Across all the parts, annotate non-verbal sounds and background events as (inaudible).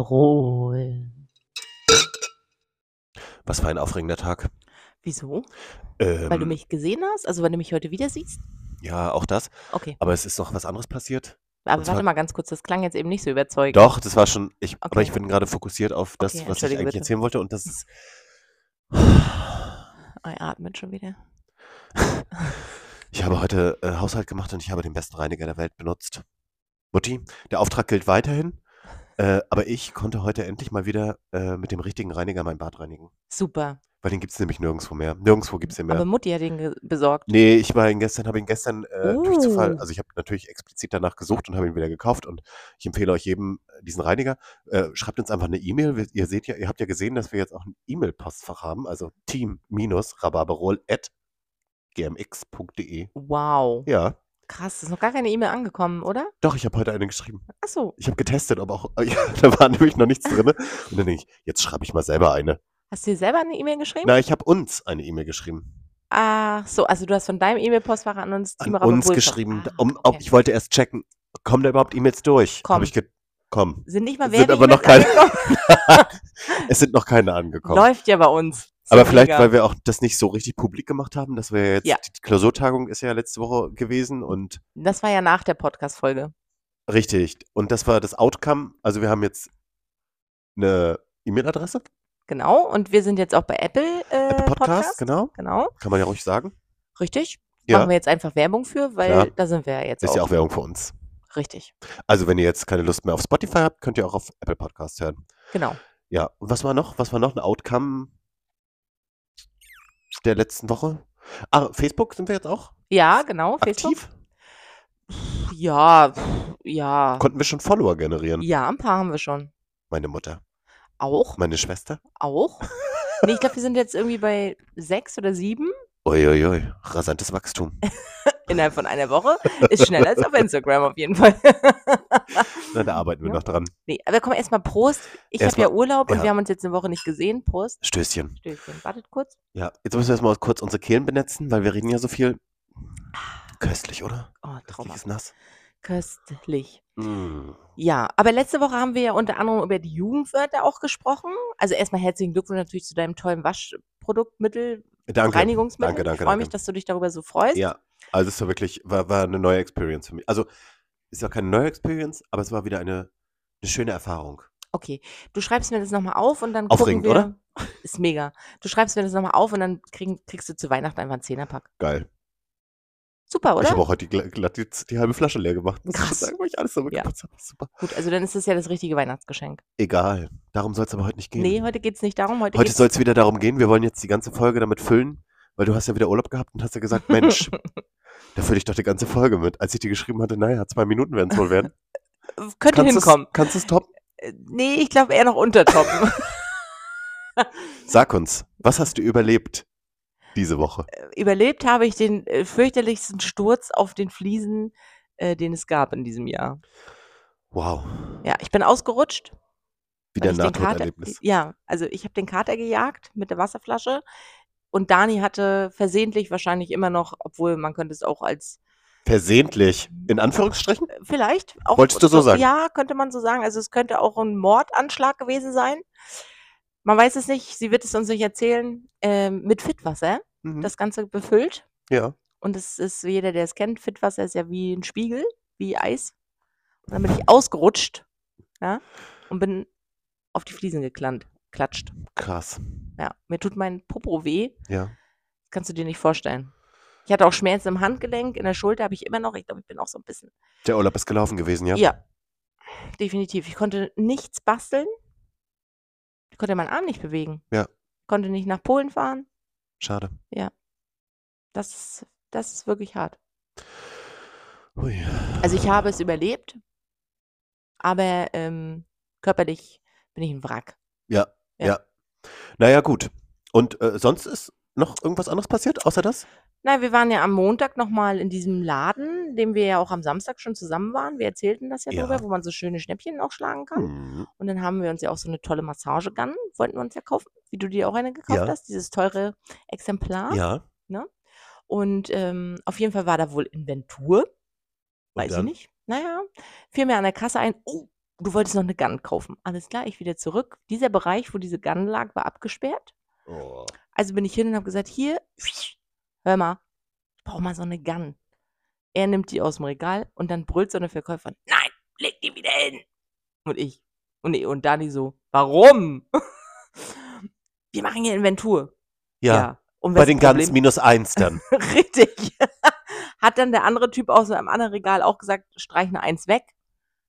Rhabarberollen. Was für ein aufregender Tag. Wieso? Ähm, Weil du mich gesehen hast? Also, wenn du mich heute wieder siehst? ja, auch das. Okay. Aber es ist noch was anderes passiert. Aber zwar- warte mal ganz kurz, das klang jetzt eben nicht so überzeugend. Doch, das war schon. Ich, Aber Okay. ich bin gerade fokussiert auf das, Okay, was ich entschuldige eigentlich bitte. erzählen wollte. Und das ist. Oh, er atmet schon wieder. Ich habe heute äh, Haushalt gemacht und ich habe den besten Reiniger der Welt benutzt. Mutti, der Auftrag gilt weiterhin. Äh, aber ich konnte heute endlich mal wieder äh, mit dem richtigen Reiniger mein Bad reinigen. Super. Weil den gibt es nämlich nirgendwo mehr. Nirgendwo gibt es den mehr. Aber Mutti hat ihn ge- besorgt. Nee, ich war ihn gestern, habe ihn gestern äh, durch Zufall, Oh. also ich habe natürlich explizit danach gesucht und habe ihn wieder gekauft und ich empfehle euch jedem äh, diesen Reiniger. Äh, schreibt uns einfach eine E-Mail. Wir- Ihr seht ja, ihr habt ja gesehen, dass wir jetzt auch ein E-Mail-Postfach haben, also team-rabarberol.gmx.de. Wow. Ja, Krass, ist noch gar keine E-Mail angekommen, oder? doch, ich habe heute eine geschrieben. Achso, Ich habe getestet, ob auch, (laughs) ja, da war nämlich noch nichts drin. Und dann denke ich, jetzt schreibe ich mal selber eine. hast du dir selber eine E-Mail geschrieben? Na, ich habe uns eine E-Mail geschrieben. Ach so, also du hast von deinem E-Mail-Postfach an uns an Rabe uns Pulver- geschrieben. Ah, um, ob, okay. ich wollte erst checken, kommen da überhaupt E-Mails durch? Kommen. Hab ich ge kommen. sind nicht mal sind Werbe aber noch E-Mails keine angekommen. (laughs) Es sind noch keine angekommen. Läuft ja bei uns. Aber Ist vielleicht, mega. weil wir auch das nicht so richtig publik gemacht haben, dass wir jetzt, Ja. die Klausurtagung ist ja letzte Woche gewesen und Das war ja nach der Podcast-Folge. richtig. Und das war das Outcome. Also wir haben jetzt eine E-Mail-Adresse, Genau, und wir sind jetzt auch bei Apple, äh, Apple Podcast. Podcast, genau. Genau, Kann man ja ruhig sagen. richtig. Ja. Machen wir jetzt einfach Werbung für, weil Klar. da sind wir ja jetzt Ist auch. ja auch Werbung für uns. Richtig, Also wenn ihr jetzt keine Lust mehr auf Spotify habt, könnt ihr auch auf Apple Podcast hören. genau. Ja, und was war noch? Was war noch ein Outcome der letzten Woche? Ah, Facebook sind wir jetzt auch Ja, genau, Facebook. aktiv? Pff, Ja, pff, ja. Konnten wir schon Follower generieren? Ja, ein paar haben wir schon. Meine Mutter, Auch, meine Schwester. (laughs) auch. Nee, ich glaube, wir sind jetzt irgendwie bei sechs oder sieben Uiuiui, (laughs) rasantes Wachstum. innerhalb von einer Woche. Ist schneller als auf Instagram auf jeden Fall. (laughs) Na, da arbeiten wir Ja. noch dran. Nee, aber komm, erstmal Prost. Ich habe Erstmal- ja Urlaub und ja. wir haben uns jetzt eine Woche nicht gesehen. Prost. Stößchen. Stößchen. Wartet kurz. Ja, jetzt müssen wir erstmal kurz unsere Kehlen benetzen, weil wir reden ja so viel. Köstlich, oder? Oh, Köstlich Trauma. ist nass. Köstlich. Mhm. Mm. Ja, aber letzte Woche haben wir ja unter anderem über die Jugendwörter auch gesprochen. Also erstmal herzlichen Glückwunsch natürlich zu deinem tollen Waschproduktmittel, Äh, Danke. Reinigungsmittel. Danke, danke, ich freue danke. mich, dass du dich darüber so freust. Ja, also es war wirklich, war, war eine neue Experience für mich. Also, es war keine neue Experience, aber es war wieder eine, eine schöne Erfahrung. Okay, du schreibst mir das nochmal auf und dann Aufregend, gucken wir. oder? (laughs) Ist mega. Du schreibst mir das nochmal auf und dann kriegen, kriegst du zu Weihnachten einfach einen Zehnerpack. Geil. Super, Ich oder? habe auch heute die, gla- glatt die, die halbe Flasche leer gemacht. muss ich Krass. Sagen, weil ich alles so Ja. mitgeputzt habe. Super. Gut, also dann ist das ja das richtige Weihnachtsgeschenk. Egal. Darum soll es aber heute nicht gehen. Nee, heute geht es nicht darum. Heute, heute geht's- soll es wieder darum gehen. Wir wollen jetzt die ganze Folge damit füllen, weil du hast ja wieder Urlaub gehabt und hast ja (laughs) gesagt, Mensch, da fülle ich doch die ganze Folge mit. Als ich dir geschrieben hatte, naja, zwei Minuten werden es wohl werden. Äh, könnte Kannst du's- hinkommen. Kannst du es toppen? Äh, Nee, ich glaube eher noch (laughs) untertoppen. (laughs) Sag uns, was hast du überlebt diese Woche? Überlebt habe ich den äh, fürchterlichsten Sturz auf den Fliesen, äh, den es gab in diesem Jahr. Wow. Ja, ich bin ausgerutscht. Wieder weil ein ich den Kater- Nahtoderlebnis. Ja, also ich habe den Kater gejagt mit der Wasserflasche und Dani hatte versehentlich wahrscheinlich immer noch, obwohl man könnte es auch als Versehentlich. In Anführungsstrichen? äh, vielleicht auch Wolltest du so sagen? Ja, könnte man so sagen. Also es könnte auch ein Mordanschlag gewesen sein. Man weiß es nicht. Sie wird es uns nicht erzählen. Ähm, mit Fitwasser Mhm. das Ganze befüllt ja. und es ist jeder, der es kennt, Fitwasser ist ja wie ein Spiegel, wie Eis. Und dann bin ich ausgerutscht ja, und bin auf die Fliesen geklannt, klatscht. Krass. Ja, mir tut mein Popo weh. Ja. Kannst du dir nicht vorstellen. Ich hatte auch Schmerzen im Handgelenk, in der Schulter habe ich immer noch. Ich glaube, ich bin auch so ein bisschen. Der Urlaub ist gelaufen gewesen, ja? Ja. definitiv. Ich konnte nichts basteln. Ich konnte meinen Arm nicht bewegen. Ja. Konnte nicht nach Polen fahren. Schade. Das ist, das ist wirklich hart. Hui. Also ich habe es überlebt, aber ähm, körperlich bin ich ein Wrack. Ja, ja. Ja. Naja, gut. Und äh, sonst ist noch irgendwas anderes passiert, außer das? Nein, wir waren ja am Montag nochmal in diesem Laden, in dem wir ja auch am Samstag schon zusammen waren. Wir erzählten das ja, Ja. drüber, wo man so schöne Schnäppchen auch schlagen kann. Hm. Und dann haben wir uns ja auch so eine tolle Massagegun, wollten wir uns ja kaufen, wie du dir auch eine gekauft Ja. hast, dieses teure Exemplar. Ja. Und ähm, auf jeden Fall war da wohl Inventur, Und weiß dann? ich nicht. Naja, fiel mir an der Kasse ein, oh, Du wolltest noch eine Gun kaufen. Alles klar, ich wieder zurück. Dieser Bereich, wo diese Gun lag, war abgesperrt. Oh. Also bin ich hin und habe gesagt, hier, hör mal, ich brauche mal so eine Gun. Er nimmt die aus dem Regal und dann brüllt so eine Verkäuferin, nein, leg die wieder hin. Und ich. Und, ich- und Dani so, warum? (laughs) Wir machen hier Inventur. Ja, Und bei was den ist das Guns minus (laughs) eins dann. Problem? Richtig. Hat dann der andere Typ aus einem anderen Regal auch gesagt, streich eine Eins weg.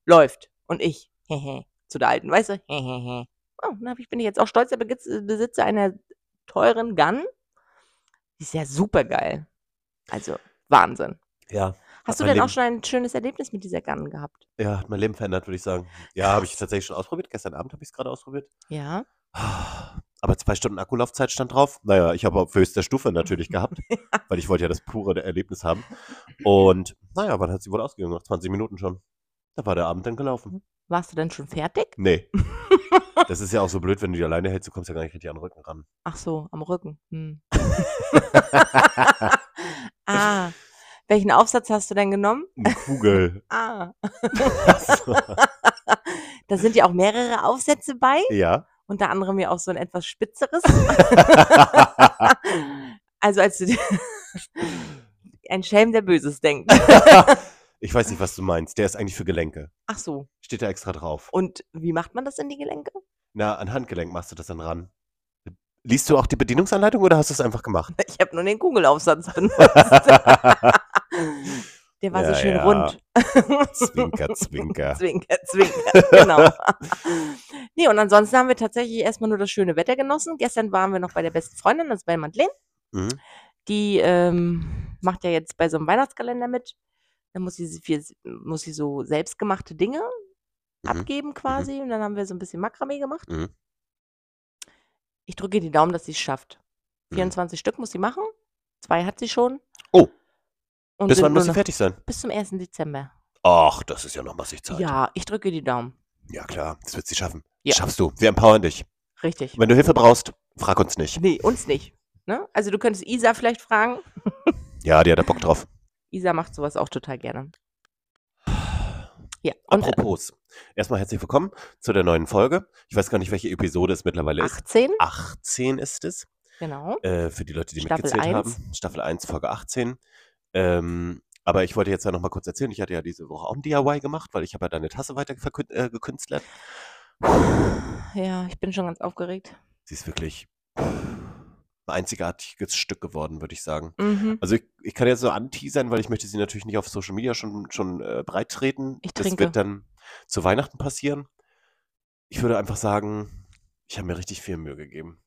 Läuft. Und ich, hehe, zu der alten, weißt du, hehehe. Oh, dann hab ich, bin ich jetzt auch stolzer Begitz- Besitzer einer teuren Gun. Die ist ja super geil. Also, Wahnsinn. ja. Hast du mein denn auch Leben- schon ein schönes Erlebnis mit dieser Gun gehabt? Ja, hat mein Leben verändert, würde ich sagen. Ja, habe ich tatsächlich schon ausprobiert. Gestern Abend habe ich es gerade ausprobiert. (sighs) Ja. Aber zwei Stunden Akkulaufzeit stand drauf. Naja, ich habe auf höchster Stufe (laughs) natürlich gehabt, weil ich wollte ja das pure Erlebnis haben. Und naja, wann hat sie wohl ausgegangen? Nach 20 Minuten schon. Da war der Abend dann gelaufen. Warst du denn schon fertig? (laughs) Nee. Das ist ja auch so blöd, wenn du die alleine hältst, du kommst ja gar nicht richtig an den Rücken ran. Ach so, am Rücken. (laughs) Hm. (laughs) ah. Welchen Aufsatz hast du denn genommen? Eine (laughs) Kugel. (laughs) Ah. Also, Da sind ja auch mehrere Aufsätze bei. ja. (laughs) Unter anderem ja auch so ein etwas spitzeres. ja, also als du (laughs) dir- ein Schelm, der Böses denkt. ne? ich weiß nicht, was du meinst. Der ist eigentlich für Gelenke. Ach so. Steht da extra drauf. Und wie macht man das in die Gelenke? (laughs) Na, an Handgelenk machst du das dann ran. Liest du auch die Bedienungsanleitung oder hast du es (laughs) einfach gemacht? Ich habe nur den Kugelaufsatz (laughs) benutzt. Der war so Ja, schön ja. rund. (laughs) zwinker, zwinker. Zwinker, zwinker, genau. (laughs) nee, und ansonsten haben wir tatsächlich erstmal nur das schöne Wetter genossen. Gestern waren wir noch bei der besten Freundin, also bei Madeleine. Mhm. Die ähm, macht ja jetzt bei so einem Weihnachtskalender mit. Da muss sie, so viel, muss sie so selbstgemachte Dinge Mhm. abgeben quasi. Und dann haben wir so ein bisschen Makramee gemacht. Mhm. Ich drücke die Daumen, dass sie es schafft. Mhm. 24 Stück muss sie machen. Zwei hat sie schon. Oh. Und Bis sind wann nur muss sie noch- fertig sein? Bis zum 1. Dezember. Ach, das ist ja noch massig Zeit. Ja, ich drücke die Daumen. Ja, klar, das wird sie schaffen. Ja. Schaffst du. Wir empowern dich. Richtig. Wenn du Hilfe brauchst, frag uns nicht. Nee, uns nicht. Ne? Also du könntest Isa vielleicht fragen. Ja, die hat da Bock drauf. Isa macht sowas auch total gerne. Ja, und äh, Apropos, erstmal herzlich willkommen zu der neuen Folge. Ich weiß gar nicht, welche Episode es mittlerweile ist. 18, 18 ist es. genau. äh, für die Leute, die Staffel 1. mitgezählt haben. Staffel 1, Folge 18. Ähm, aber ich wollte jetzt ja noch mal kurz erzählen, ich hatte ja diese Woche auch ein DIY gemacht, weil ich habe ja deine Tasse weiter verkün- äh, gekünstlert. Ja, ich bin schon ganz aufgeregt. Sie ist wirklich ein einzigartiges Stück geworden, würde ich sagen. Mhm. Also ich, ich kann jetzt so anteasern, weil ich möchte sie natürlich nicht auf Social Media schon, schon äh, breit treten. Ich das trinke. wird dann zu Weihnachten passieren. Ich würde einfach sagen, ich habe mir richtig viel Mühe gegeben.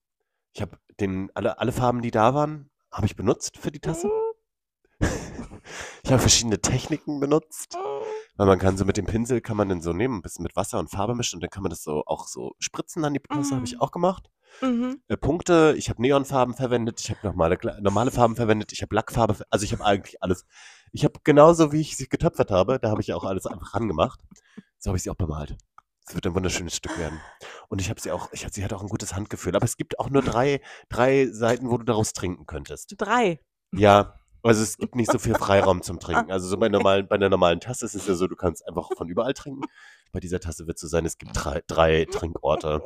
Ich habe den, alle, alle Farben, die da waren, habe ich benutzt für die Tasse. Ich habe verschiedene Techniken benutzt, weil man kann so mit dem Pinsel kann man dann so nehmen, ein bisschen mit Wasser und Farbe mischen und dann kann man das so auch so spritzen an die Tasse, habe ich Mm. auch gemacht. Mhm. Äh, Punkte, ich habe Neonfarben verwendet, ich habe normale, Kle- normale Farben verwendet, ich habe Lackfarbe, ver- also ich habe eigentlich alles. Ich habe genauso, wie ich sie getöpfert habe, da habe ich auch alles einfach rangemacht. So habe ich sie auch bemalt. Es wird ein wunderschönes Stück werden. Und ich habe sie auch, ich hab, sie hat auch ein gutes Handgefühl. Aber es gibt auch nur drei, drei Seiten, wo du daraus trinken könntest. Drei. Ja, also es gibt nicht so viel Freiraum zum Trinken. Also so bei, normalen, bei einer normalen Tasse ist es ja so, du kannst einfach von überall trinken. Bei dieser Tasse wird es so sein, es gibt drei, drei Trinkorte.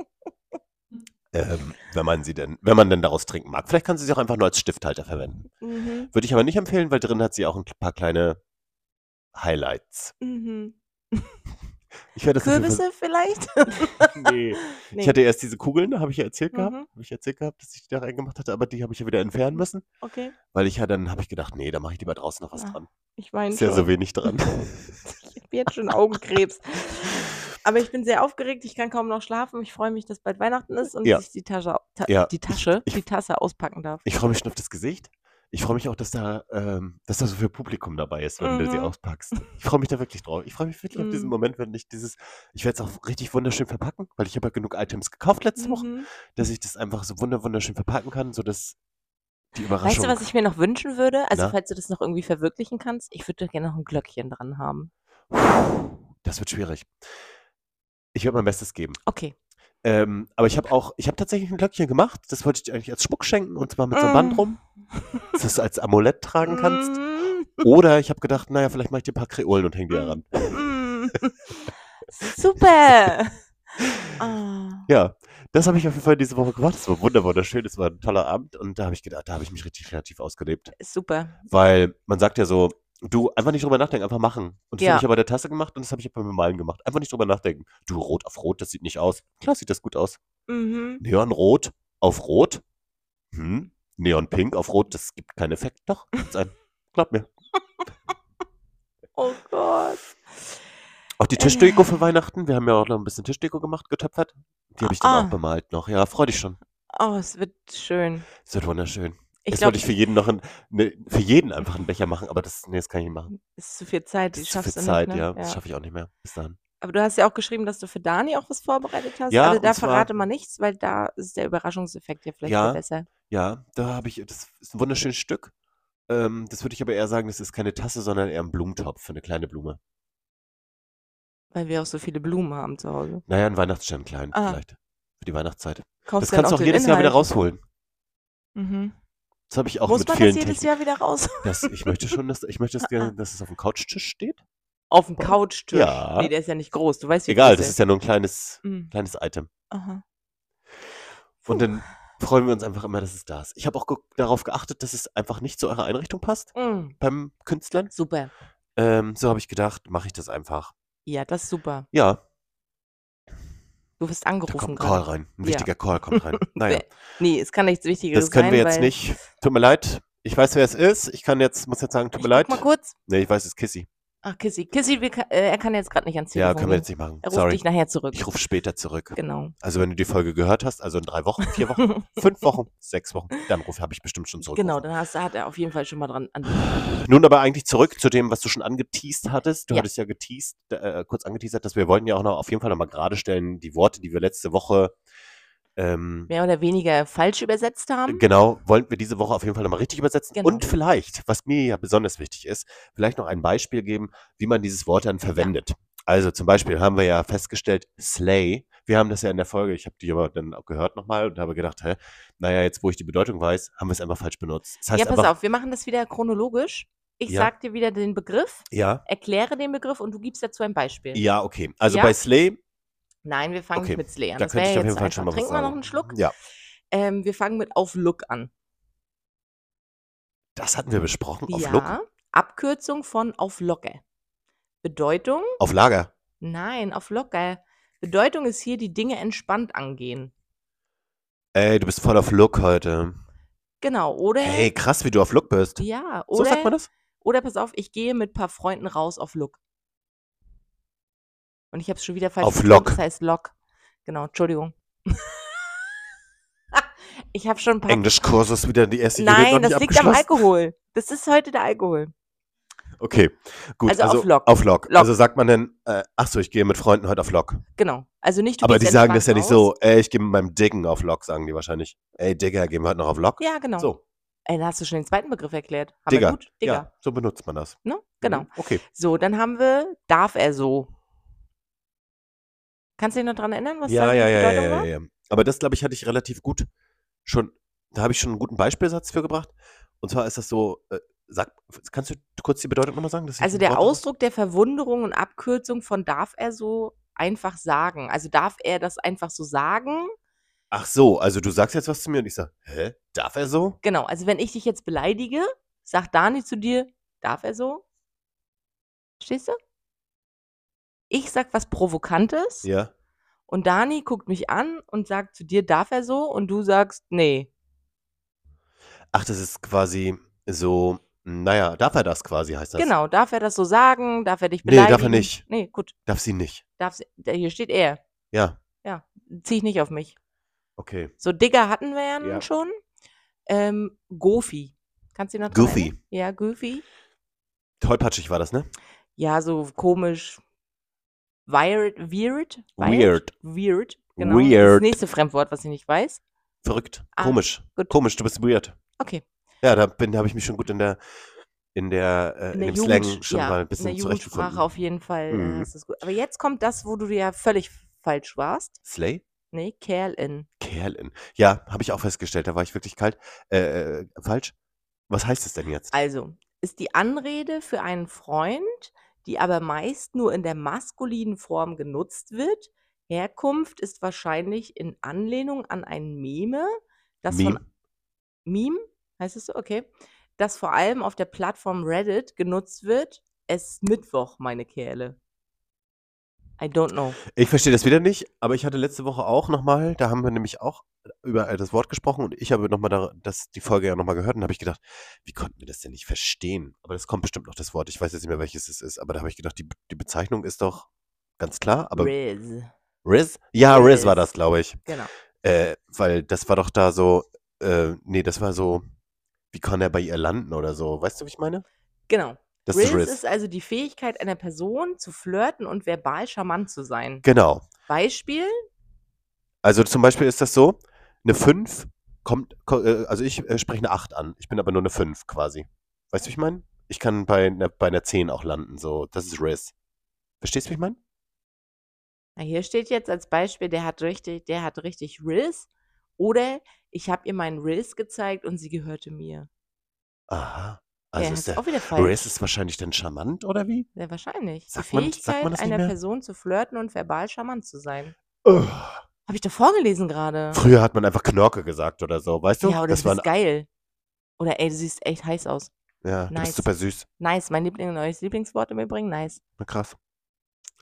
Ähm, wenn man sie denn, wenn man denn daraus trinken mag. Vielleicht kann sie sie auch einfach nur als Stifthalter verwenden. Mhm. Würde ich aber nicht empfehlen, weil drin hat sie auch ein paar kleine Highlights. Mhm. Ich werde das auf jeden Kürbisse Fall- vielleicht? (laughs) Nee. Ich Nee. hatte erst diese Kugeln, da habe ich ja erzählt gehabt, Mhm. habe ich erzählt gehabt, dass ich die da reingemacht hatte, aber die habe ich ja wieder entfernen müssen, Okay, weil ich ja dann habe ich gedacht, nee, da mache ich lieber draußen noch was Ah, dran. ich weine Ist ja schon. so (laughs) wenig dran. ich habe jetzt schon Augenkrebs. Aber ich bin sehr aufgeregt, ich kann kaum noch schlafen. Ich freue mich, dass bald Weihnachten ist und Ja. ich die Tasche, ta Ja, die, Tasche ich- die Tasse auspacken darf. Ich freue mich schon auf das Gesicht. Ich freue mich auch, dass da, ähm, dass da so viel Publikum dabei ist, wenn du sie Mhm. auspackst. Ich freue mich da wirklich drauf. Ich freue mich wirklich auf diesen Mhm. Moment, wenn ich dieses, ich werde es auch richtig wunderschön verpacken, weil ich habe ja genug Items gekauft letzte Woche, Mhm. dass ich das einfach so wunder wunderschön verpacken kann, sodass die Weißt Überraschung. du, was ich mir noch wünschen würde? Also, Na? falls du das noch irgendwie verwirklichen kannst, ich würde da gerne noch ein Glöckchen dran haben. das wird schwierig. Ich werde mein Bestes geben. Okay. Ähm, aber ich habe auch, ich habe tatsächlich ein Glöckchen gemacht. Das wollte ich dir eigentlich als Schmuck schenken und zwar mit so einem Band Mm. rum, dass du es als Amulett tragen kannst. Mm, Mhm. Oder ich habe gedacht, naja, vielleicht mache ich dir ein paar Kreolen und hänge die Mm. daran. mm. (laughs) (laughs) Super. Ah. Ja, das habe ich auf jeden Fall diese Woche gemacht. Es war wunder- wunderschön, es war ein toller Abend und da habe ich gedacht, da habe ich mich richtig kreativ ausgelebt. Ist super. Weil man sagt ja so, du, einfach nicht drüber nachdenken, einfach machen. Und das Ja. habe ich aber bei der Tasse gemacht und das habe ich beim Malen gemacht. Einfach nicht drüber nachdenken. Du, rot auf rot, das sieht nicht aus. Klar sieht das gut aus. Mhm. Neonrot auf rot. Hm? Neonpink auf rot, das gibt keinen Effekt. Doch, gibt's einen. Glaub mir. Oh Gott. Auch die Tischdeko für Weihnachten. Wir haben ja auch noch ein bisschen Tischdeko gemacht, getöpfert. Die habe ich dann Ah. auch bemalt noch. Ja, freu dich schon. Oh, es wird schön. Es wird wunderschön. Ich Jetzt glaube, wollte ich für jeden noch ein, ne, für jeden einfach einen Becher machen, aber das, nee, das kann ich nicht machen. es ist zu viel Zeit. Die Das ist zu viel schaffst du Zeit, nicht, ne? ja. Das schaffe ich auch nicht mehr. Bis dann. Aber du hast ja auch geschrieben, dass du für Dani auch was vorbereitet hast. Ja, also da und zwar- verrate mal nichts, weil da ist der Überraschungseffekt hier vielleicht Ja. ja. besser. Ja, da habe ich, das ist ein wunderschönes Stück. Ähm, das würde ich aber eher sagen, das ist keine Tasse, sondern eher ein Blumentopf für eine kleine Blume. Weil wir auch so viele Blumen haben zu Hause. Naja, ein Weihnachtsstern klein Ah. vielleicht. Für die Weihnachtszeit. Kaufst das kannst du auch den jedes Jahr wieder Inhalt? rausholen. Mhm. Das habe ich auch Muss mit man das vielen jedes Techniken. Jahr wieder raus? Das, ich möchte schon, dass, ich möchte, dass, gerne, dass es auf dem Couchtisch steht. (laughs) Auf dem Couchtisch. Ja. Nee, der ist ja nicht groß. Du weißt, wie Egal, groß das der ist ja nur ein kleines, Mhm. kleines Item. Aha. Und dann freuen wir uns einfach immer, dass es da ist. Ich habe auch ge darauf geachtet, dass es einfach nicht zu eurer Einrichtung passt Mhm. beim Künstlern. Super. Ähm, so habe ich gedacht, mache ich das einfach. Ja, das ist super. Ja, Du wirst da kommt angerufen ein Call gerade. rein. Ein Ja. wichtiger Call (laughs) kommt rein. Naja, Nee, es kann nichts Wichtigeres das können sein, wir jetzt weil nicht. Tut mir leid. Ich weiß, wer es ist. Ich kann jetzt, muss jetzt sagen, tut Ich mir guck leid. mal kurz. Nee, ich weiß, es ist Kissy. Ach, Kissy. Kissy, wir, ka- äh, er kann jetzt gerade nicht ans Telefon Ja, können wir gehen. jetzt nicht machen. Er ruft Sorry. dich nachher zurück. Ich rufe später zurück. Genau. Also wenn du (laughs) die Folge gehört hast, also in drei Wochen, vier Wochen, fünf Wochen, sechs Wochen, dann rufe habe ich bestimmt schon zurück. genau, dann hast, hat er auf jeden Fall schon mal dran an Nun aber eigentlich zurück zu dem, was du schon angeteased hattest. Du Ja. hattest ja geteased, äh, kurz angeteasert, dass wir wollten ja auch noch auf jeden Fall nochmal gerade stellen, die Worte, die wir letzte Woche, ähm, mehr oder weniger falsch übersetzt haben. genau, wollten wir diese Woche auf jeden Fall nochmal richtig übersetzen. Genau. Und vielleicht, was mir ja besonders wichtig ist, vielleicht noch ein Beispiel geben, wie man dieses Wort dann verwendet. Also zum Beispiel haben wir ja festgestellt, Slay. Wir haben das ja in der Folge, ich habe die aber dann auch gehört nochmal und habe gedacht, hä, naja, jetzt wo ich die Bedeutung weiß, haben wir es einfach falsch benutzt. Das heißt ja, pass einfach, auf, wir machen das wieder chronologisch. Ich Ja. sag dir wieder den Begriff, Ja, erkläre den Begriff und du gibst dazu ein Beispiel. ja, okay. Also Ja. bei Slay Nein, wir fangen Okay, nicht mit Slay an. Da das könnte wäre ich auf jetzt jeden Fall schon mal einfach. was Trinken wir sagen. noch einen Schluck? Ja, Ähm, wir fangen mit Auf Look an. das hatten wir besprochen. Auf, ja, Look, Abkürzung von Auf Locker. Bedeutung? auf Lager. Nein, Auf Locker. Bedeutung ist hier, die Dinge entspannt angehen. Ey, du bist voll auf Look heute. Genau, oder? Hey, krass, wie du auf Look bist. Ja, So oder? sagt man das? Oder pass auf, ich gehe mit ein paar Freunden raus auf Look. Und ich habe es schon wieder falsch Auf verstanden, Lock. Das heißt Lock. Genau, Entschuldigung. (laughs) ich habe schon ein paar. Englischkurs ist wieder die erste Juli noch Nein, nicht das liegt am abgeschlossen. Alkohol. Das ist heute der Alkohol. Okay, gut. Also auf Lock. Auf Lock. Lock. Also sagt man dann, äh, ach so, ich gehe mit Freunden heute auf Lock. Genau. Also nicht du Aber die gehst sagen das ja entspannt nicht so, ey, ich gehe mit meinem Dicken auf Lock, sagen die wahrscheinlich. Ey, Digger, gehen wir heute noch auf Lock? raus. Ja, genau. So, Ey, da hast du schon den zweiten Begriff erklärt. Haben Digger. wir gut? Digga. Ja, so benutzt man das. Ne? Genau. Mhm, Okay. So, dann haben wir, darf er so. Kannst du dich noch dran erinnern, was Ja, da die ja, ja, Bedeutung ja, ja, war? ja. Aber das, glaube ich, hatte ich relativ gut schon, da habe ich schon einen guten Beispielsatz für gebracht. Und zwar ist das so, äh, sag, kannst du kurz die Bedeutung nochmal sagen? dass ich Also ein der Wort- Ausdruck der Verwunderung und Abkürzung von darf er so einfach sagen. Also darf er das einfach so sagen? Ach so, also du sagst jetzt was zu mir und ich sage, hä, darf er so? Genau, also wenn ich dich jetzt beleidige, sagt Dani zu dir, darf er so? Verstehst du? Ich sag was Provokantes Ja. und Dani guckt mich an und sagt zu dir, darf er so? Und du sagst, nee. Ach, das ist quasi so, naja, darf er das quasi, heißt das. Genau, darf er das so sagen? Darf er dich Nee, darf beleidigen? er nicht. Nee, gut, Darf sie nicht. darf, sie- da- hier steht er. Ja, Ja, zieh ich nicht auf mich. okay. So, Digger hatten wir ja, nun Ja. schon. Ähm, Goofy. Kannst du dich noch dran Goofy. erinnern? Ja, Goofy. Tollpatschig war das, ne? Ja, so komisch. Weird. Weird. Weird. Weird. Genau. Das, ist das Weird. nächste Fremdwort, was ich nicht weiß. Verrückt. Ah, Komisch. gut. Komisch, du bist weird. Okay. Ja, da, bin- da habe ich mich schon gut in der, in der, äh, in, der dem Slang schon ja, mal ein in bisschen der Jugendsprache zurechtgefunden. auf jeden Fall. äh, Mhm. Ist das gut. Aber jetzt kommt das, wo du ja völlig falsch warst. ne? Slay? Nee, Kerl in. Kerlin. Ja, habe ich auch festgestellt, da war ich wirklich kalt. Äh, äh, falsch. Was heißt es denn jetzt? Also, ist die Anrede für einen Freund, die aber meist nur in der maskulinen Form genutzt wird. Herkunft ist wahrscheinlich in Anlehnung an ein Meme, das von Meme. Meme, heißt es so, okay, das vor allem auf der Plattform Reddit genutzt wird. Es ist Mittwoch, meine Kerle. I don't know. Ich verstehe das wieder nicht, aber ich hatte letzte Woche auch nochmal, da haben wir nämlich auch über äh, das Wort gesprochen und ich habe nochmal da, das, die Folge ja nochmal gehört und habe ich gedacht, wie konnten wir das denn nicht verstehen? Aber das kommt bestimmt noch das Wort, ich weiß jetzt nicht mehr, welches es ist, aber da habe ich gedacht, die, die Bezeichnung ist doch ganz klar, aber Riz. Riz? Ja, Riz war Riz. das, glaube ich. Genau. Äh, weil das war doch da so, äh, nee, das war so, wie kann er bei ihr landen oder so, weißt du, wie ich meine? Genau. Das Riz ist Riz. ist also die Fähigkeit einer Person zu flirten und verbal charmant zu sein. genau. Beispiel, Also zum Beispiel ist das so, eine 5 kommt, ko- äh, also ich äh, spreche eine 8 an, ich bin aber nur eine 5 quasi. Weißt du, wie ich meine? Ich kann bei einer, bei einer 10 auch landen, so, das ist Riz. Verstehst du, wie ich meine? na, hier steht jetzt als Beispiel, der hat richtig, der hat richtig Riz oder ich habe ihr meinen Riz gezeigt und sie gehörte mir. Aha. der Also hat's ist der auch wieder falsch. Riz ist wahrscheinlich dann charmant, oder wie? Sehr wahrscheinlich. Sagt die man- sagt Fähigkeit man das nicht einer mehr? Person zu flirten und verbal charmant zu sein. Habe ich doch vorgelesen gerade. Früher hat man einfach Knorke gesagt oder so, weißt du? Ja, oder das das war ist geil. Oder ey, du siehst echt heiß aus. ein, ja, du nice. bist super süß. Nice, mein Liebling, neues Lieblingswort im Übrigen, nice. Na, krass.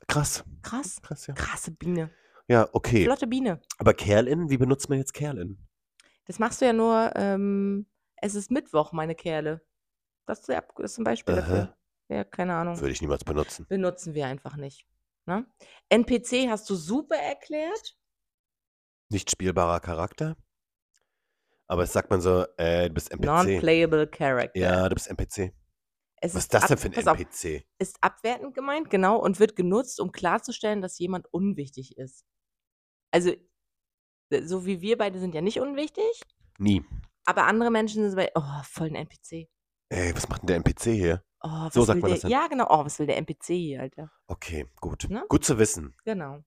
Krass, Krass, krass, ja. krasse Biene. Ja, okay. Flotte Biene. Aber Kerlin, wie benutzt man jetzt Kerlin? Das machst du ja nur, ähm, es ist Mittwoch, meine Kerle. Das ist, der Ab- das ist ein Beispiel Aha. dafür. Ja, keine Ahnung. Äh, Würde ich niemals benutzen. Benutzen wir einfach nicht. Ne? NPC hast du super erklärt. nicht spielbarer Charakter. Aber es sagt man so, äh, du bist NPC. Non-playable Character. Ja, du bist NPC. Es Was ist das ab- denn für ein pass auf, NPC? ist abwertend gemeint, genau, und wird genutzt, um klarzustellen, dass jemand unwichtig ist. Also, äh, so wie wir beide sind ja nicht unwichtig, Nie. aber andere Menschen sind bei, oh, voll ein NPC. Ey, was macht denn der NPC hier? Oh, was So sagt will man der, das dann. Ja, genau, oh, was will der NPC hier, Alter? Okay, gut. Ne? Gut zu wissen. Genau.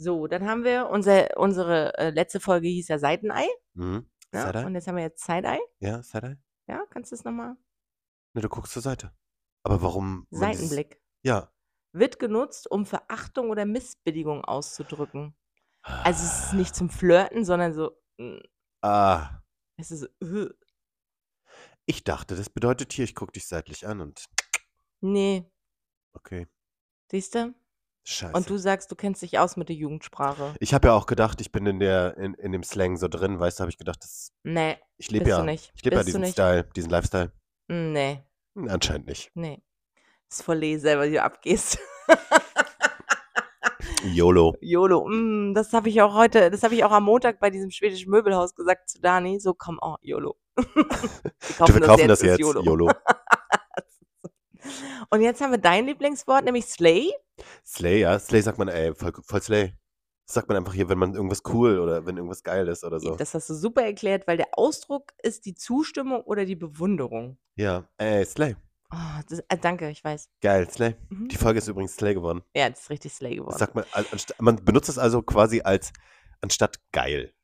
So, dann haben wir, unser, unsere äh, letzte Folge hieß ja Seitenei, Mhm. ne? Side-Eye? und jetzt haben wir jetzt Side-Eye, Ja, Side-Eye? ja, kannst du das nochmal? Ne, du guckst zur Seite. Aber warum? man dieses- Seitenblick. Ja. Wird genutzt, um Verachtung oder Missbilligung auszudrücken. Also es ist nicht zum Flirten, sondern so, mm, Ah, es ist, äh, ich dachte, das bedeutet hier, ich guck dich seitlich an und nee, okay, Siehst du? scheiße. Und du sagst, du kennst dich aus mit der Jugendsprache. ich habe ja auch gedacht, ich bin in der in, in dem Slang so drin, weißt du, habe ich gedacht, das, Nee, ich lebe Bist ja, du nicht. ich lebe ja Bist du diesen nicht. Style, diesen Lifestyle. nee, Hm, Anscheinend nicht. nee. Ist voll leh selber, die du abgehst. YOLO. YOLO. Mm, das habe ich auch heute, das habe ich auch am Montag bei diesem schwedischen Möbelhaus gesagt zu Dani. So, komm, oh, YOLO. (laughs) Wir Du, wir kaufen das ist jetzt. YOLO. (laughs) Und jetzt haben wir dein Lieblingswort, nämlich Slay. Slay, ja. Slay sagt man, ey, voll, voll Slay. Das sagt man einfach hier, wenn man irgendwas cool oder wenn irgendwas geil ist oder so. Das hast du super erklärt, weil der Ausdruck ist die Zustimmung oder die Bewunderung. ja, ey, Slay. Oh, das, ah, danke, ich weiß. Geil, Slay. Mhm. Die Folge ist übrigens Slay geworden. Ja, das ist richtig Slay Das geworden. sagt man, al- anst- man benutzt es also quasi als anstatt geil.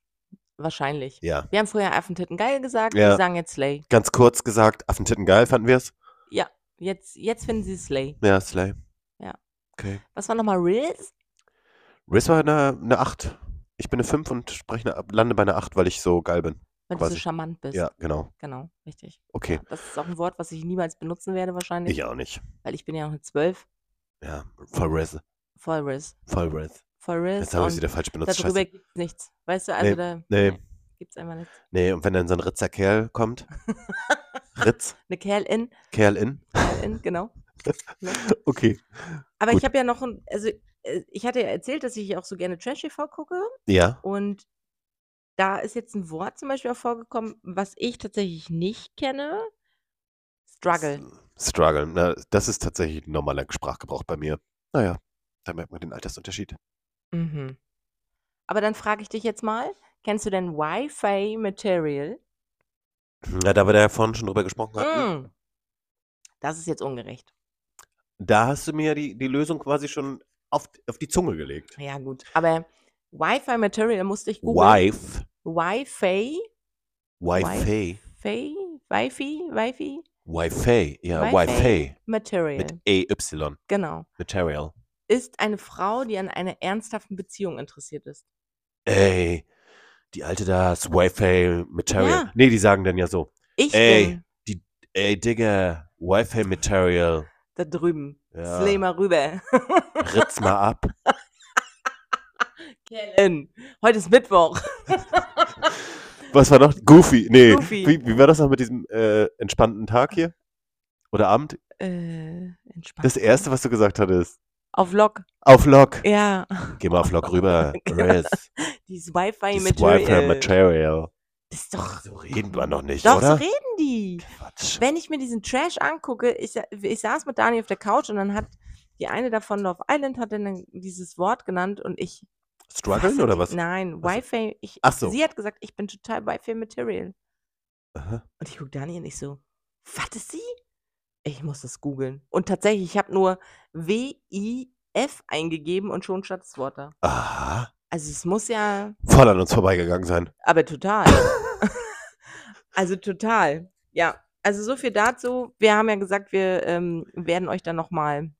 Wahrscheinlich. Ja. Wir haben früher Affentitten geil gesagt, Ja. wir sagen jetzt Slay. Ganz kurz gesagt, Affentitten geil fanden wir es. Jetzt, jetzt finden sie Slay. Ja, Slay. Ja. Okay. Was war nochmal Riz? Riz war eine, eine 8. Ich bin eine 5 und spreche eine, lande bei einer 8, weil ich so geil bin. Weil du Quasi. so charmant bist. Ja, genau. Genau, richtig. Okay. Ja, das ist auch ein Wort, was ich niemals benutzen werde wahrscheinlich. Ich auch nicht. Weil ich bin ja noch eine 12. Ja, voll Riz. Voll Riz. Voll Riz. Voll Riz. Jetzt habe ich sie und wieder falsch benutzt. darüber Scheiße. gibt es nichts. Weißt du, also Nee, da nee. gibt es einfach nichts. Nee, und wenn dann so ein Ritzerkerl (laughs) kommt. Ritz, Eine Kerlin, Kerl in. (laughs) Kerlin, genau. Okay. Aber Gut. ich habe ja noch ein, also äh, ich hatte ja erzählt, dass ich auch so gerne Trash-TV gucke. Ja. Und da ist jetzt ein Wort zum Beispiel auch vorgekommen, was ich tatsächlich nicht kenne. Struggle. S- Struggle. Na, das ist tatsächlich ein normaler Sprachgebrauch bei mir. Naja, da merkt man den Altersunterschied. Mhm. Aber dann frage ich dich jetzt mal, kennst du denn Wi-Fi Material? Na, da wir da ja vorhin schon drüber gesprochen hatten, Mm. Das ist jetzt ungerecht. da hast du mir die, die Lösung quasi schon auf, auf die Zunge gelegt. Ja, gut. Aber Wi-Fi Material musste ich googeln. Wife. Wi-Fi. Wife. Fi- Wi-Fi? Wi-Fi? Wi-Fi. Ja, Wi-Fi. Wi-Fi. Material. Mit AY. Genau. Material. Ist eine Frau, die an einer ernsthaften Beziehung interessiert ist. Ey, die alte da, das Wi-Fi Material. Ja. Nee, die sagen dann ja so. Ich Ey. bin Ey, Digga, Wi-Fi Material. da drüben. Ja. Slay mal rüber. (laughs) Ritz mal ab. Kellen. Heute ist (laughs) Mittwoch. Was war noch? Goofy. Nee. Goofy. Wie, wie war das noch mit diesem äh, entspannten Tag hier? Oder Abend? Äh, entspannt. Das erste, was du gesagt hattest. Auf Lock. Auf Lock. Ja. Geh mal auf Lock rüber. (laughs) Genau. Riz. Dieses Das Wi-Fi-Material. Wi-Fi Material. Das ist doch. So reden wir noch nicht, Doch, so oder? reden die. Quatsch. Wenn ich mir diesen Trash angucke, ich, sa- ich saß mit Dani auf der Couch und dann hat die eine davon Love Island hat dann dieses Wort genannt und ich. Struggeln oder die- was? Nein, Ach so. Wi-Fi. Ich, Ach so. Sie hat gesagt, ich bin total Wi-Fi-Material. Aha. Und ich gucke Dani und ich so, was ist sie? Ich muss das googeln. Und tatsächlich, ich habe nur W-I-F eingegeben und schon statt das Wort da. Aha. Also es muss ja, Voll an uns vorbeigegangen sein. aber total. also total. Ja, also so viel dazu. Wir haben ja gesagt, wir ähm, werden euch dann nochmal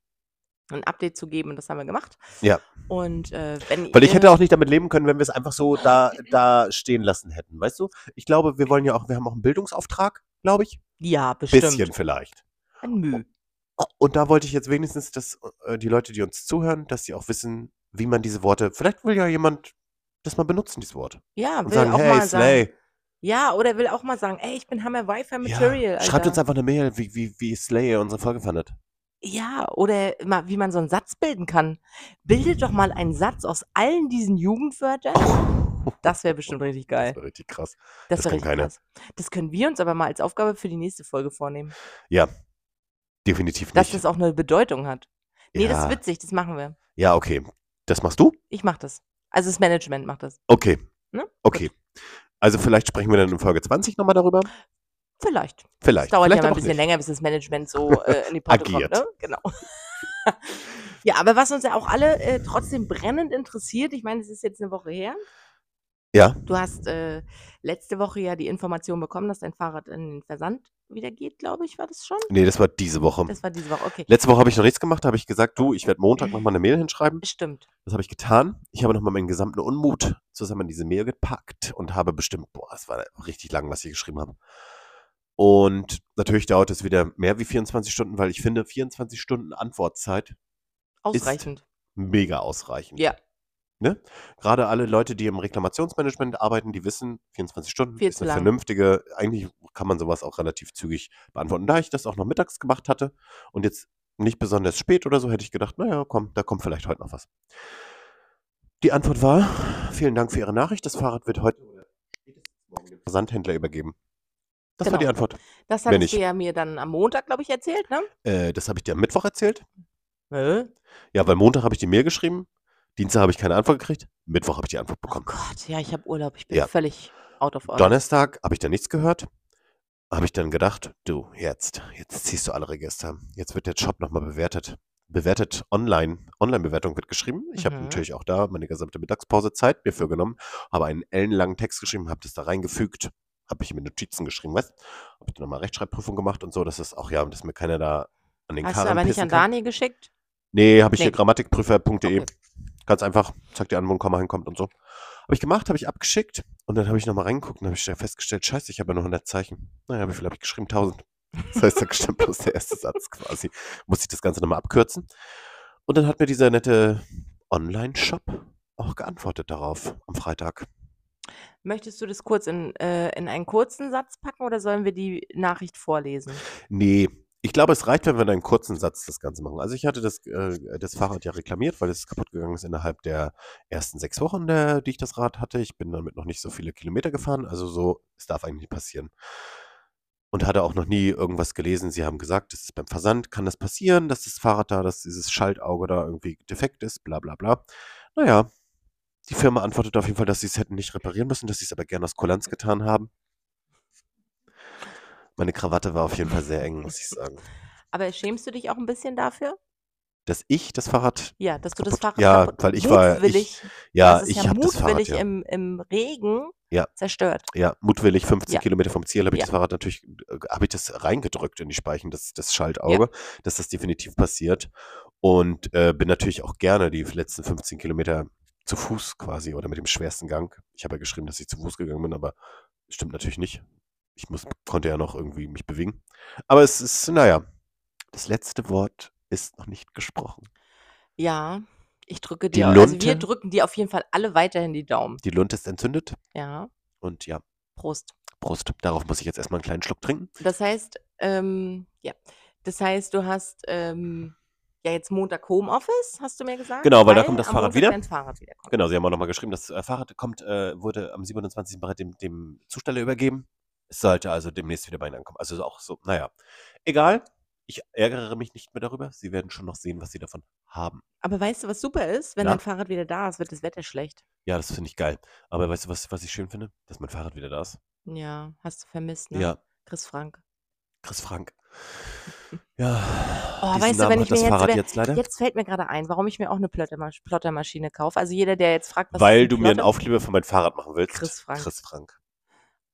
ein Update zu geben und das haben wir gemacht. Ja. Und äh, wenn Weil ich ihr- hätte auch nicht damit leben können, wenn wir es einfach so da, da stehen lassen hätten, weißt du? Ich glaube, wir wollen ja auch, wir haben auch einen Bildungsauftrag, glaube ich. Ja, bestimmt. Bisschen vielleicht. Ein Müh. Und da wollte ich jetzt wenigstens, dass äh, die Leute, die uns zuhören, dass sie auch wissen, wie man diese Worte, vielleicht will ja jemand das mal benutzen, dieses Wort. Ja, Und will sagen, auch hey, mal sagen. Slay. Ja, oder will auch mal sagen, ey, ich bin Hammer Wi-Fi Material. Ja, schreibt Alter. uns einfach eine Mail, wie, wie, wie Slay unsere Folge fandet. Ja, oder mal, wie man so einen Satz bilden kann. Bildet doch mal einen Satz aus allen diesen Jugendwörtern. Oh. (laughs) Das wäre bestimmt richtig Oh. geil. Das war richtig krass. Das, wär das kann richtig keiner. krass. Das können wir uns aber mal als Aufgabe für die nächste Folge vornehmen, Definitiv dass nicht. das auch eine Bedeutung hat. Nee, ja. das ist witzig, das machen wir. ja, okay. Das machst du? Ich mach das. Also das Management macht das. Okay. Ne? Okay. Also vielleicht sprechen wir dann in Folge 20 nochmal darüber. Vielleicht. Vielleicht. Es dauert vielleicht ja mal ein aber auch bisschen nicht. länger, bis das Management so äh, in die Potte kommt. Agiert. Ne? Genau. (laughs) ja, aber was uns ja auch alle äh, trotzdem brennend interessiert, ich meine, es ist jetzt eine Woche her. Ja. Du hast äh, letzte Woche ja die Information bekommen, dass dein Fahrrad in den Versand wieder geht, glaube ich, war das schon? Nee, das war diese Woche. Das war diese Woche, okay. Letzte Woche habe ich noch nichts gemacht, da habe ich gesagt, du, ich werde Montag nochmal eine Mail hinschreiben. Stimmt. Das habe ich getan. Ich habe nochmal meinen gesamten Unmut zusammen in diese Mail gepackt und habe bestimmt, boah, es war richtig lang, was ich geschrieben habe. Und natürlich dauert es wieder mehr wie 24 Stunden, weil ich finde, 24 Stunden Antwortzeit Ausreichend. mega ausreichend. Ja. Ne? Gerade alle Leute, die im Reklamationsmanagement arbeiten, die wissen, 24 Stunden Viel ist zu eine lang. vernünftige, eigentlich kann man sowas auch relativ zügig beantworten. Da ich das auch noch mittags gemacht hatte und jetzt nicht besonders spät oder so, hätte ich gedacht, naja, komm, da kommt vielleicht heute noch was. Die Antwort war, vielen Dank für Ihre Nachricht, das Fahrrad wird heute oder spätestens morgen dem Versandhändler übergeben. Das war Genau. die Antwort. Das Wenn hattest du ich- ja mir dann am Montag, glaube ich, erzählt, ne? Äh, das habe ich dir am Mittwoch erzählt. Äh? Hä? Ja, weil Montag habe ich die Mail geschrieben, Dienstag habe ich keine Antwort gekriegt, Mittwoch habe ich die Antwort Oh bekommen. Gott, ja, ich habe Urlaub. Ich bin Ja. völlig out of order. Donnerstag habe ich dann nichts gehört. Habe ich dann gedacht, du, jetzt, jetzt ziehst du alle Register. Jetzt wird der Job nochmal bewertet. Bewertet online. Online-Bewertung wird geschrieben. Ich habe Mhm. natürlich auch da meine gesamte Mittagspause Zeit mir für genommen, habe einen ellenlangen Text geschrieben, habe das da reingefügt, habe ich mir Notizen geschrieben, weißt Habe ich dann nochmal Rechtschreibprüfung gemacht und so, dass das auch, ja, dass mir keiner da an den Hast Karren du aber nicht pissen an kann. Daniel geschickt? Nee, habe ich hier Nee. grammatikprüfer.de. Okay. Ganz einfach, zeig dir an, wo ein Komma hinkommt und so. Habe ich gemacht, habe ich abgeschickt und dann habe ich nochmal reingeguckt und habe ich schnell festgestellt, scheiße, ich habe ja nur 100 Zeichen. Naja, wie viel habe ich geschrieben? 1000. Das heißt, da stand bloß der erste Satz quasi. Muss ich das Ganze nochmal abkürzen. Und dann hat mir dieser nette Online-Shop auch geantwortet darauf am Freitag. Möchtest du das kurz in, äh, in einen kurzen Satz packen oder sollen wir die Nachricht vorlesen? Nee, ich glaube, es reicht, wenn wir in einem kurzen Satz das Ganze machen. Also ich hatte das, äh, das Fahrrad ja reklamiert, weil es kaputt gegangen ist innerhalb der ersten sechs Wochen, der, die ich das Rad hatte. Ich bin damit noch nicht so viele Kilometer gefahren. Also so, es darf eigentlich nicht passieren. Und hatte auch noch nie irgendwas gelesen. Sie haben gesagt, das ist beim Versand, kann das passieren, dass das Fahrrad da, dass dieses Schaltauge da irgendwie defekt ist, bla bla bla. Naja, die Firma antwortet auf jeden Fall, dass sie es hätten nicht reparieren müssen, dass sie es aber gerne aus Kulanz getan haben. Meine Krawatte war auf jeden Fall sehr eng, muss ich sagen. Aber schämst du dich auch ein bisschen dafür? dass ich das Fahrrad, Ja, dass du das Fahrrad Kaputt. Ja, kaputt- weil ich war- ich- mutwillig, ja, das ist ich ja habe das Fahrrad, mutwillig ja. im, im Regen Ja. zerstört. ja, mutwillig 15 Ja. Kilometer vom Ziel habe ich Ja. das Fahrrad natürlich, äh, habe ich das reingedrückt in die Speichen, das, das Schaltauge, dass das definitiv passiert und äh, bin natürlich auch gerne die letzten 15 Kilometer zu Fuß quasi oder mit dem schwersten Gang. Ich habe ja geschrieben, dass ich zu Fuß gegangen bin, aber stimmt natürlich nicht. Ich muss, konnte ja noch irgendwie mich bewegen. Aber es ist, naja, das letzte Wort ist noch nicht gesprochen. Ja, ich drücke Die dir, also wir Lunte? drücken dir auf jeden Fall alle weiterhin die Daumen. Die Lunte ist entzündet Ja, und ja, Prost. Prost. Darauf muss ich jetzt erstmal einen kleinen Schluck trinken. Das heißt, ähm, ja, das heißt, du hast ähm, ja jetzt Montag Homeoffice, hast du mir gesagt? Genau, weil da kommt das am Fahrrad Montag wieder. dein Fahrrad wiederkommt. Genau, sie haben auch nochmal geschrieben, das äh, Fahrrad kommt, äh, wurde am 27. bereits dem, dem Zusteller übergeben. Es sollte also demnächst wieder bei ihnen ankommen. Also ist auch so, naja. Egal, ich ärgere mich nicht mehr darüber. Sie werden schon noch sehen, was sie davon haben. Aber weißt du, was super ist? Wenn Ja. dein Fahrrad wieder da ist, wird das Wetter schlecht. Ja, das finde ich geil. Aber weißt du, was, was ich schön finde? Dass mein Fahrrad wieder da ist. Ja, hast du vermisst, Ja, ne? Chris Frank. Chris Frank. Ja. Oh, diesen weißt du, Namen wenn hat ich mir das jetzt Fahrrad über- jetzt leider. Jetzt fällt mir gerade ein, warum ich mir auch eine Plottermasch Plottermaschine kaufe. Also jeder, der jetzt fragt, was ist weil ein du mir einen Plotter- Aufkleber für mein Fahrrad machen willst. Chris Frank. Chris Frank.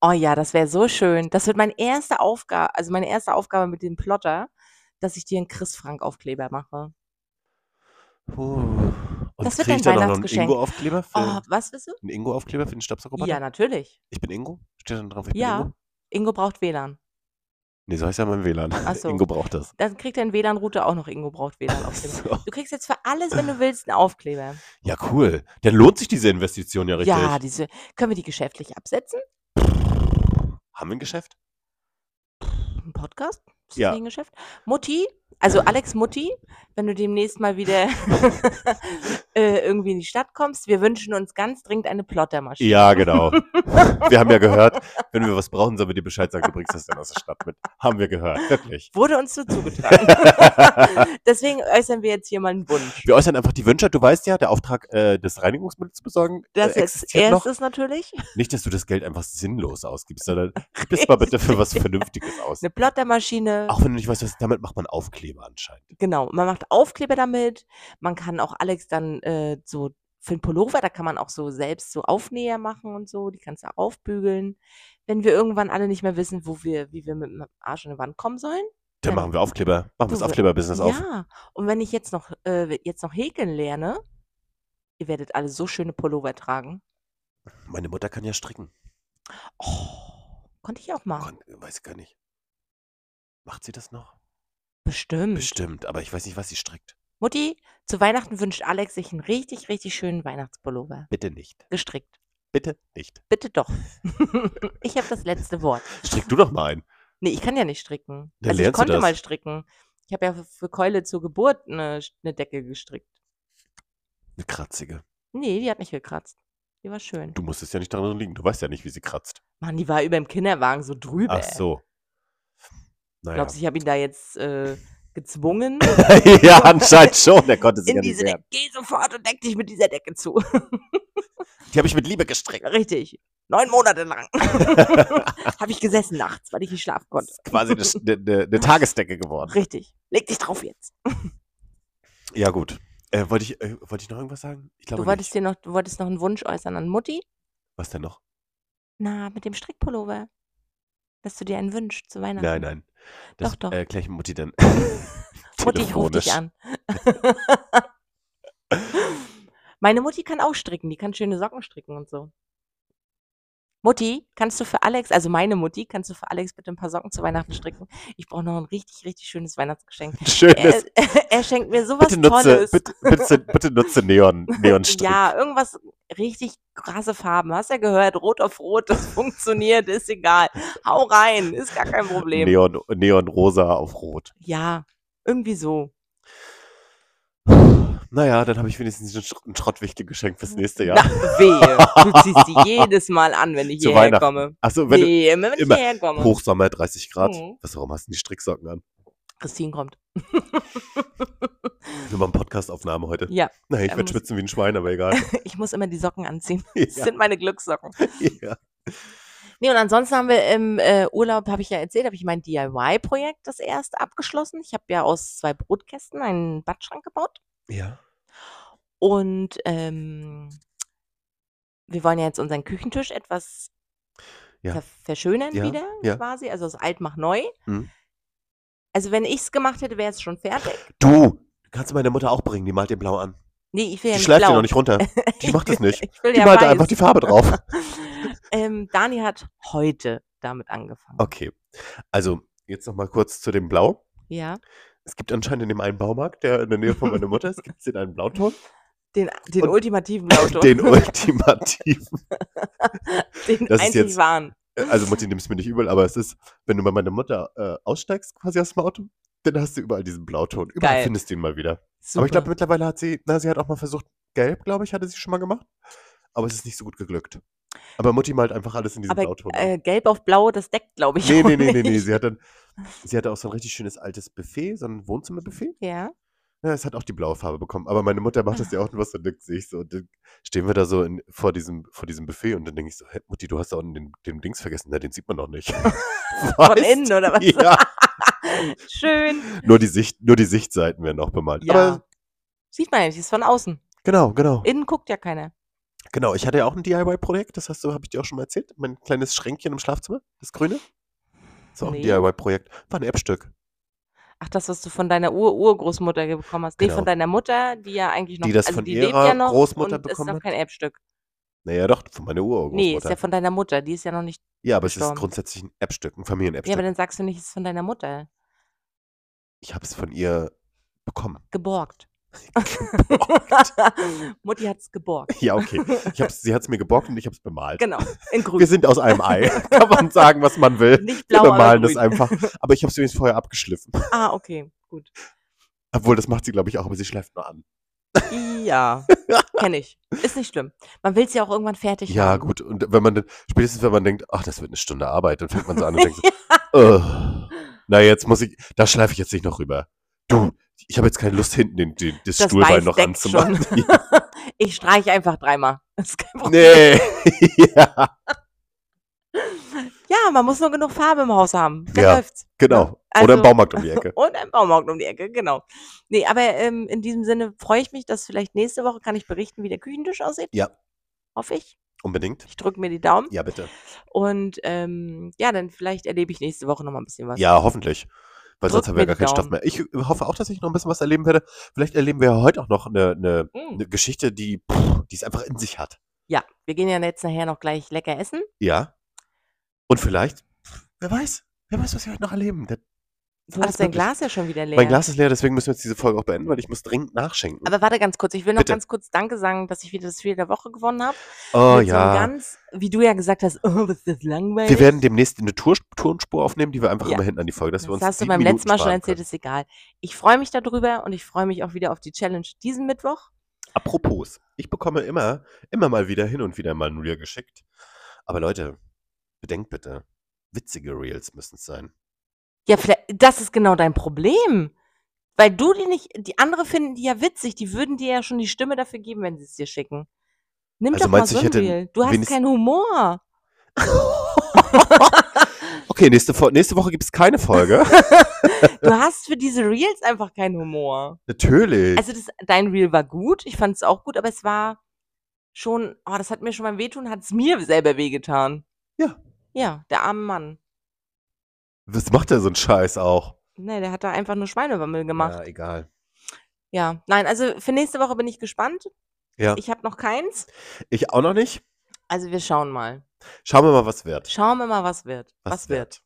Oh ja, das wäre so schön. Das wird meine erste Aufgabe, also meine erste Aufgabe mit dem Plotter, dass ich dir einen Chris Frank Aufkleber mache. Puh. Und Das wird krieg ich dein dann auch noch einen Weihnachtsgeschenk. Ingo-Aufkleber für, Oh, was bist du? einen Ingo-Aufkleber für den Stabsakrobaten? Ja, natürlich. Ich bin Ingo? Steht dann drauf, ich Ja. bin Ingo? Ingo braucht WLAN. Nee, so heißt ja mein WLAN. Ach so. Ingo braucht (laughs) das. Dann kriegt dein WLAN-Router auch noch Ingo braucht WLAN (laughs) Aufkleber. So. Du kriegst jetzt für alles, wenn du willst, einen Aufkleber. Ja, cool. Dann lohnt sich diese Investition ja richtig. Ja, diese können wir die geschäftlich absetzen? Haben wir ein Geschäft? Ein Podcast? Ist das Ja. nicht ein Geschäft? Mutti, also Alex Mutti, wenn du demnächst mal wieder (laughs) äh, irgendwie in die Stadt kommst, wir wünschen uns ganz dringend eine Plottermaschine. (laughs) Ja, genau. wir haben ja gehört, wenn wir was brauchen, sollen wir dir Bescheid sagen, du bringst das dann aus der Stadt mit. Haben wir gehört, wirklich. Wurde uns (laughs) so zugetragen. (laughs) wir Deswegen äußern wir jetzt hier mal einen Wunsch. äußern einfach die Wünsche. Du weißt ja, der Auftrag, äh, das Reinigungsmittel zu besorgen, Das äh, als existiert noch. erstes natürlich Nicht, dass du das Geld einfach sinnlos (laughs) ausgibst, sondern gibst mal bitte für was Vernünftiges aus. eine Plottermaschine. Auch wenn du nicht weißt, was damit macht man Aufkleber anscheinend. Genau, man macht Aufkleber damit. Man kann auch Alex dann äh, so für den Pullover, da kann man auch so selbst so Aufnäher machen und so. Die kannst du auch aufbügeln. Wenn wir irgendwann alle nicht mehr wissen, wo wir, wie wir mit dem Arsch in die Wand kommen sollen. Dann Ja. machen wir Aufkleber. Genau. Machen wir das Du- äh, Aufkleber-Business ja. auf. Und wenn ich jetzt noch äh, jetzt noch häkeln lerne, ihr werdet alle so schöne Pullover tragen. Meine Mutter kann ja stricken. Oh, konnte ich auch mal. Kon weiß ich gar nicht. Macht sie das noch? Bestimmt. Bestimmt, aber ich weiß nicht, was sie strickt. Mutti, zu Weihnachten wünscht Alex sich einen richtig, richtig schönen Weihnachtspullover. Bitte nicht. Gestrickt. Bitte nicht. Bitte doch. (laughs) ich habe das letzte Wort. Strick du doch mal ein. Nee, Ne, ich kann ja nicht stricken. Dann also ich lernst du konnte das. mal stricken. Ich habe ja für- für Keule zur Geburt eine, Sch- eine Decke gestrickt. Eine kratzige. Nee, die hat nicht gekratzt. Die war schön. Du musstest ja nicht daran liegen. Du weißt ja nicht, wie sie kratzt. Mann, die war über dem Kinderwagen so drüber. Ach so. Naja. Glaubst du, ich habe ihn da jetzt äh, (laughs) gezwungen? ja, anscheinend schon. Der konnte sich in ja diese nicht Decke. wehren. Geh sofort und deck dich mit dieser Decke zu. (laughs) Die habe ich mit Liebe gestrickt. Richtig. Neun Monate lang. (laughs) habe ich gesessen nachts, weil ich nicht schlafen Das konnte. ist quasi eine, Sch- eine, eine, (laughs) eine Tagesdecke geworden. Richtig. Leg dich drauf jetzt. Ja, gut. Äh, wollte ich, äh, wollte ich noch irgendwas sagen? Ich glaube Du wolltest nicht. dir noch, du wolltest noch einen Wunsch äußern an Mutti? Was denn noch? Na, mit dem Strickpullover. Dass du dir einen wünschst zu Weihnachten. Nein, nein. Das Doch, doch. Äh, gleich Mutti dann. Mutti, ich ruf dich (laughs) telefonisch. an. (laughs) Meine Mutti kann auch stricken, die kann schöne Socken stricken und so. Mutti, kannst du für Alex, also meine Mutti, kannst du für Alex bitte ein paar Socken zu Weihnachten stricken? Ich brauche noch ein richtig, richtig schönes (laughs) Weihnachtsgeschenk. Schönes. Er, er (laughs) schenkt mir sowas Bitte nutze, Tolles. bitte, bitte, bitte nutze (laughs) Neon, Neonstrick. Ja, irgendwas richtig krasse Farben. Hast ja gehört, rot auf rot, das (laughs) funktioniert, ist egal. Hau rein, ist gar kein Problem. Neon, Neon rosa auf rot. Ja, irgendwie so. Naja, dann habe ich wenigstens einen Sch- einen Schrottwichtel geschenkt fürs nächste Na, Jahr. wehe. Du ziehst (laughs) die jedes Mal an, wenn ich Zu hierher Weihnachten. komme. Achso, wenn Nee, immer, wenn immer. ich hierher du komme. Hochsommer 30 Grad. Mhm. Was, warum hast du denn die Stricksocken an? Christine kommt. (laughs) Wir machen Podcastaufnahme heute. Ja. Naja, ich Ähm, werde (laughs) schwitzen wie ein Schwein, aber egal. Ich muss immer die Socken anziehen. Das ja, sind meine Glückssocken. ja. Nee, und ansonsten haben wir im äh, Urlaub, habe ich ja erzählt, habe ich mein DIY-Projekt das erste abgeschlossen. Ich habe ja aus zwei Brotkästen einen Badschrank gebaut. Ja. Und ähm, wir wollen ja jetzt unseren Küchentisch etwas Ja. ver verschönern Ja, wieder, ja. quasi. Also aus alt mach neu. Mhm. Also wenn ich es gemacht hätte, wäre es schon fertig. Du! Kannst du meine Mutter auch bringen, die malt den blau an. Nee, ich will ja die nicht schleift blau. den noch nicht runter. Die macht das (laughs) nicht. Ich will Die ja malt weiß. einfach die Farbe drauf. (laughs) ähm, Dani hat heute damit angefangen. Okay. Also, jetzt nochmal kurz zu dem Blau. Ja. Es gibt anscheinend in dem einen Baumarkt, der in der Nähe von meiner Mutter ist, gibt es den einen Blauton. Den, den Und- ultimativen (laughs) Blauton. Den ultimativen. (laughs) den das ist einzig jetzt- wahren. Also, Mutti, nimm es mir nicht übel, aber es ist, wenn du bei meiner Mutter äh, aussteigst, quasi aus dem Auto, dann hast du überall diesen Blauton. Überall Geil. findest du ihn mal wieder. Super. Aber ich glaube, mittlerweile hat sie, na, sie hat auch mal versucht, gelb, glaube ich, hatte sie schon mal gemacht. Aber es ist nicht so gut geglückt. Aber Mutti malt einfach alles in diesem Aber, Blauton. an. äh, gelb auf blau, das deckt, glaube ich. nee, auch nee, (laughs) nee, nee, nee. nicht. Sie hat dann, sie hatte auch so ein richtig schönes altes Buffet, so ein Wohnzimmerbuffet. (laughs) Ja. Ja, es hat auch die blaue Farbe bekommen. Aber meine Mutter Ah. macht das ja auch und was, dann denkt sich so, und dann stehen wir da so in, vor, diesem, vor diesem Buffet und dann denke ich so, hä, Mutti, du hast da unten den, den Dings vergessen, na, den sieht man (laughs) noch nicht. Von Weißt innen oder was? Ja, Schön. nur die, Sicht, nur die Sichtseiten werden auch bemalt. Ja. Aber Sieht man ja nicht, ist von außen. genau, genau. Innen guckt ja keiner. Genau, ich hatte ja auch ein DIY-Projekt, das hast du, habe ich dir auch schon mal erzählt. Mein kleines Schränkchen im Schlafzimmer, das grüne. Das war auch Nee. ein DIY-Projekt. War ein Erbstück, Ach, das, was du von deiner Ur-Urgroßmutter bekommen hast. Nee, Genau. von deiner Mutter, die ja eigentlich noch die das also von die lebt ihrer ja noch Großmutter und ist bekommen noch hat. kein Erbstück. Naja, doch, von meiner Nee, ist Urgroßmutter. ja von deiner Mutter, die ist ja noch nicht. ja, aber es ist gestorben. grundsätzlich ein Erbstück, Ja, ein aber Familienerbstück. dann sagst du nicht, es ist von deiner Mutter. ich habe es von ihr bekommen. Geborgt. (laughs) Mutti hat es geborgt. (laughs) Ja, okay. Ich hab's, sie hat es mir geborgt und ich habe es bemalt. Genau, in Wir grün. sind aus (laughs) einem Ei. Kann man sagen, was man will. Nicht (laughs) Wir blau, aber bemalen das grün. einfach. Aber ich habe es übrigens vorher abgeschliffen. Ah, okay, gut. Obwohl, das macht sie, glaube ich, auch, aber sie schleift nur an. (laughs) Ja, kenne ich. Ist nicht schlimm. Man will es ja auch irgendwann fertig Ja, haben. gut. Und wenn man dann, spätestens wenn man denkt, ach, das wird eine Stunde Arbeit, dann fängt man so an und denkt so, (laughs) "Ugh, na, jetzt muss ich, da schleife ich jetzt nicht noch rüber. Du, ich habe jetzt keine Lust, hinten den, den, das, Das Stuhlbein Weiß noch deckt anzumachen. (laughs) (laughs) Ich streiche einfach dreimal. (laughs) Das ist kein Problem. nee. ja, Ja, man muss nur genug Farbe im Haus haben. Dann Ja. läuft's. genau. Also- Oder im Baumarkt um die Ecke. Und ein Baumarkt um die Ecke, genau. Nee, aber ähm, in diesem Sinne freue ich mich, dass vielleicht nächste Woche kann ich berichten, wie der Küchentisch aussieht. Ja. Hoffe ich. Unbedingt. Ich drücke mir die Daumen. Ja, bitte. Und ähm, ja, dann vielleicht erlebe ich nächste Woche noch mal ein bisschen was. Ja, hoffentlich. Weil Drückt sonst haben wir mir gar die keinen Stoff Daumen. mehr. Ich hoffe auch, dass ich noch ein bisschen was erleben werde. Vielleicht erleben wir ja heute auch noch eine, eine, Mm. eine Geschichte, die, pff, die es einfach in sich hat. Ja, wir gehen ja jetzt nachher noch gleich lecker essen. Ja. Und vielleicht, pff, wer weiß, wer weiß, was wir heute noch erleben. Der, Du Alles hast dein möglich. Glas ja schon wieder leer. Mein Glas ist leer, deswegen müssen wir jetzt diese Folge auch beenden, weil ich muss dringend nachschenken. aber warte ganz kurz, ich will noch Bitte. ganz kurz Danke sagen, dass ich wieder das Spiel der Woche gewonnen habe. oh mit So einem ja. ganz, wie du ja gesagt hast, oh, was ist das langweilig. Wir werden demnächst eine Tour Tourenspur aufnehmen, die wir einfach Ja. immer hinten an die Folge, dass wir uns das hast du sieben beim Minuten letzten Mal schon sparen erzählt, ist egal. Ich freue mich darüber und ich freue mich auch wieder auf die Challenge diesen Mittwoch. Können. Apropos, ich bekomme immer, immer mal wieder hin und wieder mal ein Reel geschickt. Aber Leute, bedenkt bitte, witzige Reels müssen es sein. Ja, vielleicht, das ist genau dein Problem. Weil du die nicht, die andere finden die ja witzig, die würden dir ja schon die Stimme dafür geben, wenn sie es dir schicken. Nimm Also doch mal meinst du, so ich ein hätte Reel. Du hast wenigst- keinen Humor. Okay, nächste, Fo- nächste Woche gibt es (laughs) keine Folge. Du hast für diese Reels einfach keinen Humor. Natürlich. Also das, dein Reel war gut, ich fand es auch gut, aber es war schon, oh, das hat mir schon beim Wehtun, hat es mir selber wehgetan. Ja. Ja, der arme Mann. Was macht der so ein Scheiß auch? Ne, der hat da einfach nur Schweinewammel gemacht. Ja, egal. Ja. nein, also für nächste Woche bin ich gespannt. Ja. Ich habe noch keins. Ich auch noch nicht. Also wir schauen mal. Schauen wir mal, was wird. Schauen wir mal, was wird. Was, wird.